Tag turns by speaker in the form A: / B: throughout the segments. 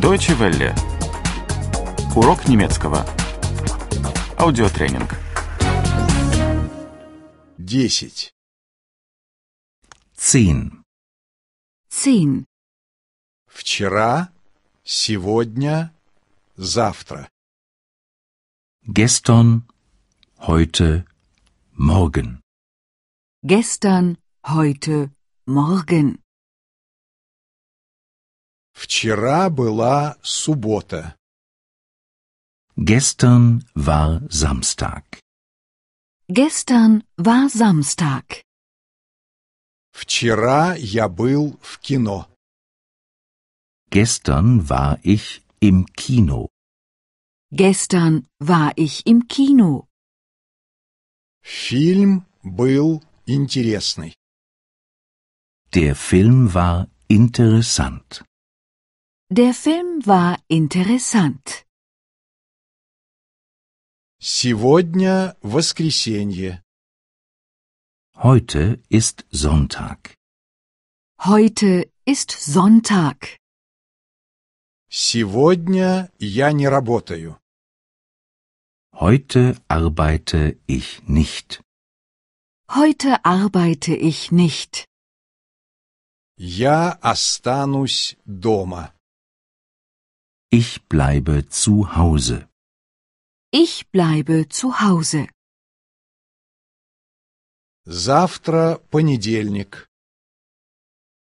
A: Deutsche Welle. Урок немецкого. Аудиотренинг.
B: 10.
C: 10.
D: 10.
B: Вчера, сегодня, завтра.
C: Gestern, heute, morgen.
D: Gestern, heute, morgen.
B: Вчера была суббота.
C: Gestern war Samstag.
D: Gestern war Samstag.
B: Вчера я был в кино.
C: Gestern war ich im Kino.
D: Gestern war ich im Kino.
B: Фильм был интересный.
C: Der Film war interessant.
D: Der Film war interessant.
B: Сегодня воскресенье.
C: Heute ist Sonntag.
D: Heute ist Sonntag.
B: Сегодня я не работаю.
C: Heute arbeite ich nicht.
D: Heute arbeite ich nicht.
B: Я останусь дома.
C: Ich bleibe zu Hause.
D: Ich bleibe zu Hause.
B: Завтра понедельник.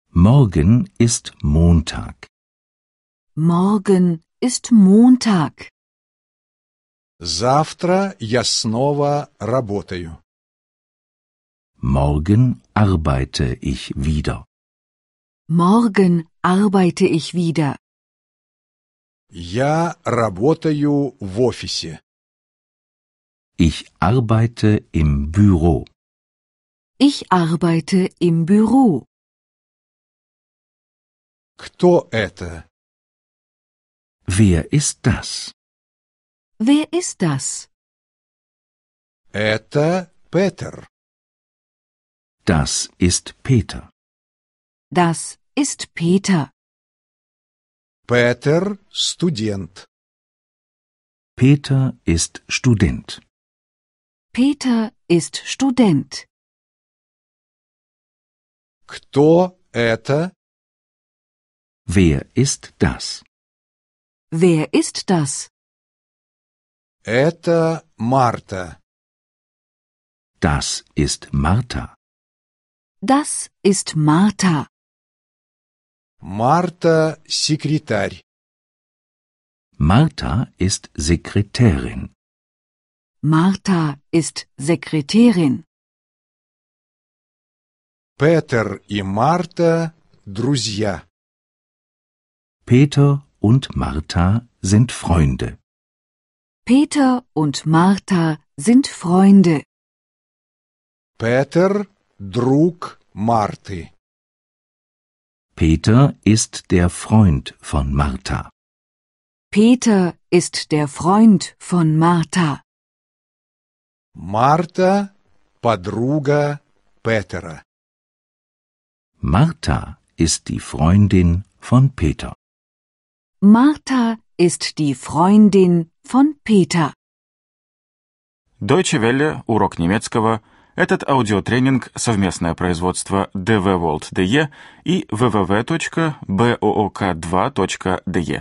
C: Morgen ist Montag.
D: Morgen ist Montag.
B: Завтра я снова работаю.
C: Morgen arbeite ich wieder.
D: Morgen arbeite ich wieder.
B: Я работаю в офисе.
C: Ich arbeite im Büro.
D: Ich arbeite im Büro.
B: Кто это?
C: Wer ist das?
D: Wer ist das?
B: Это Петер.
C: Das ist Peter.
D: Das ist Peter.
B: Петер – студент.
C: Peter ist Student.
D: Peter ist Student.
B: Кто это?
C: Wer ist das?
D: Wer ist das?
B: Это Марта.
C: Das ist Martha.
D: Das ist Martha.
B: Марта – секретарь.
C: Martha ist Sekretärin.
D: Martha ist Sekretärin.
B: Петер и Марта – друзья.
C: Peter und Martha sind Freunde.
D: Peter und Martha sind Freunde.
B: Петер – друг Марты.
C: Peter ist der Freund von Martha.
D: Peter ist der Freund von Martha.
B: Марта – подруга Петера.
C: Martha ist die Freundin von Peter.
D: Martha ist die Freundin von Peter.
A: Deutsche Welle. Урок немецкого. Этот аудиотренинг – совместное производство DW World DE и www.book2.de.